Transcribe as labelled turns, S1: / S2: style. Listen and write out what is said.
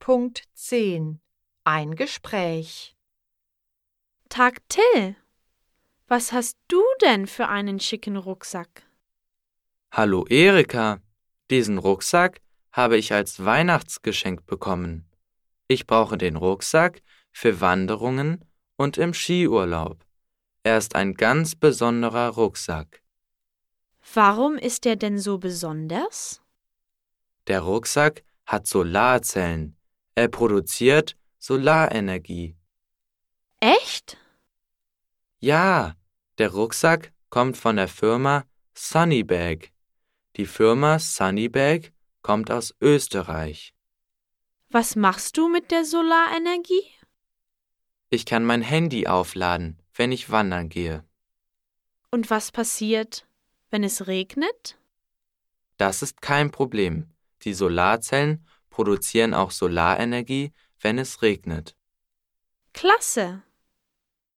S1: 9.10 Ein Gespräch.
S2: Tag Till, was hast du denn für einen schicken Rucksack?
S3: Hallo Erika, diesen Rucksack habe ich als Weihnachtsgeschenk bekommen. Ich brauche den Rucksack für Wanderungen und im Skiurlaub. Er ist ein ganz besonderer Rucksack.
S2: Warum ist er denn so besonders?
S3: Der Rucksack hat Solarzellen. Er produziert Solarenergie.
S2: Echt?
S3: Ja, der Rucksack kommt von der Firma Sunnybag. Die Firma Sunnybag kommt aus Österreich.
S2: Was machst du mit der Solarenergie?
S3: Ich kann mein Handy aufladen, wenn ich wandern gehe.
S2: Und was passiert, wenn es regnet?
S3: Das ist kein Problem. Die Solarzellen produzieren auch Solarenergie, wenn es regnet.
S2: Klasse.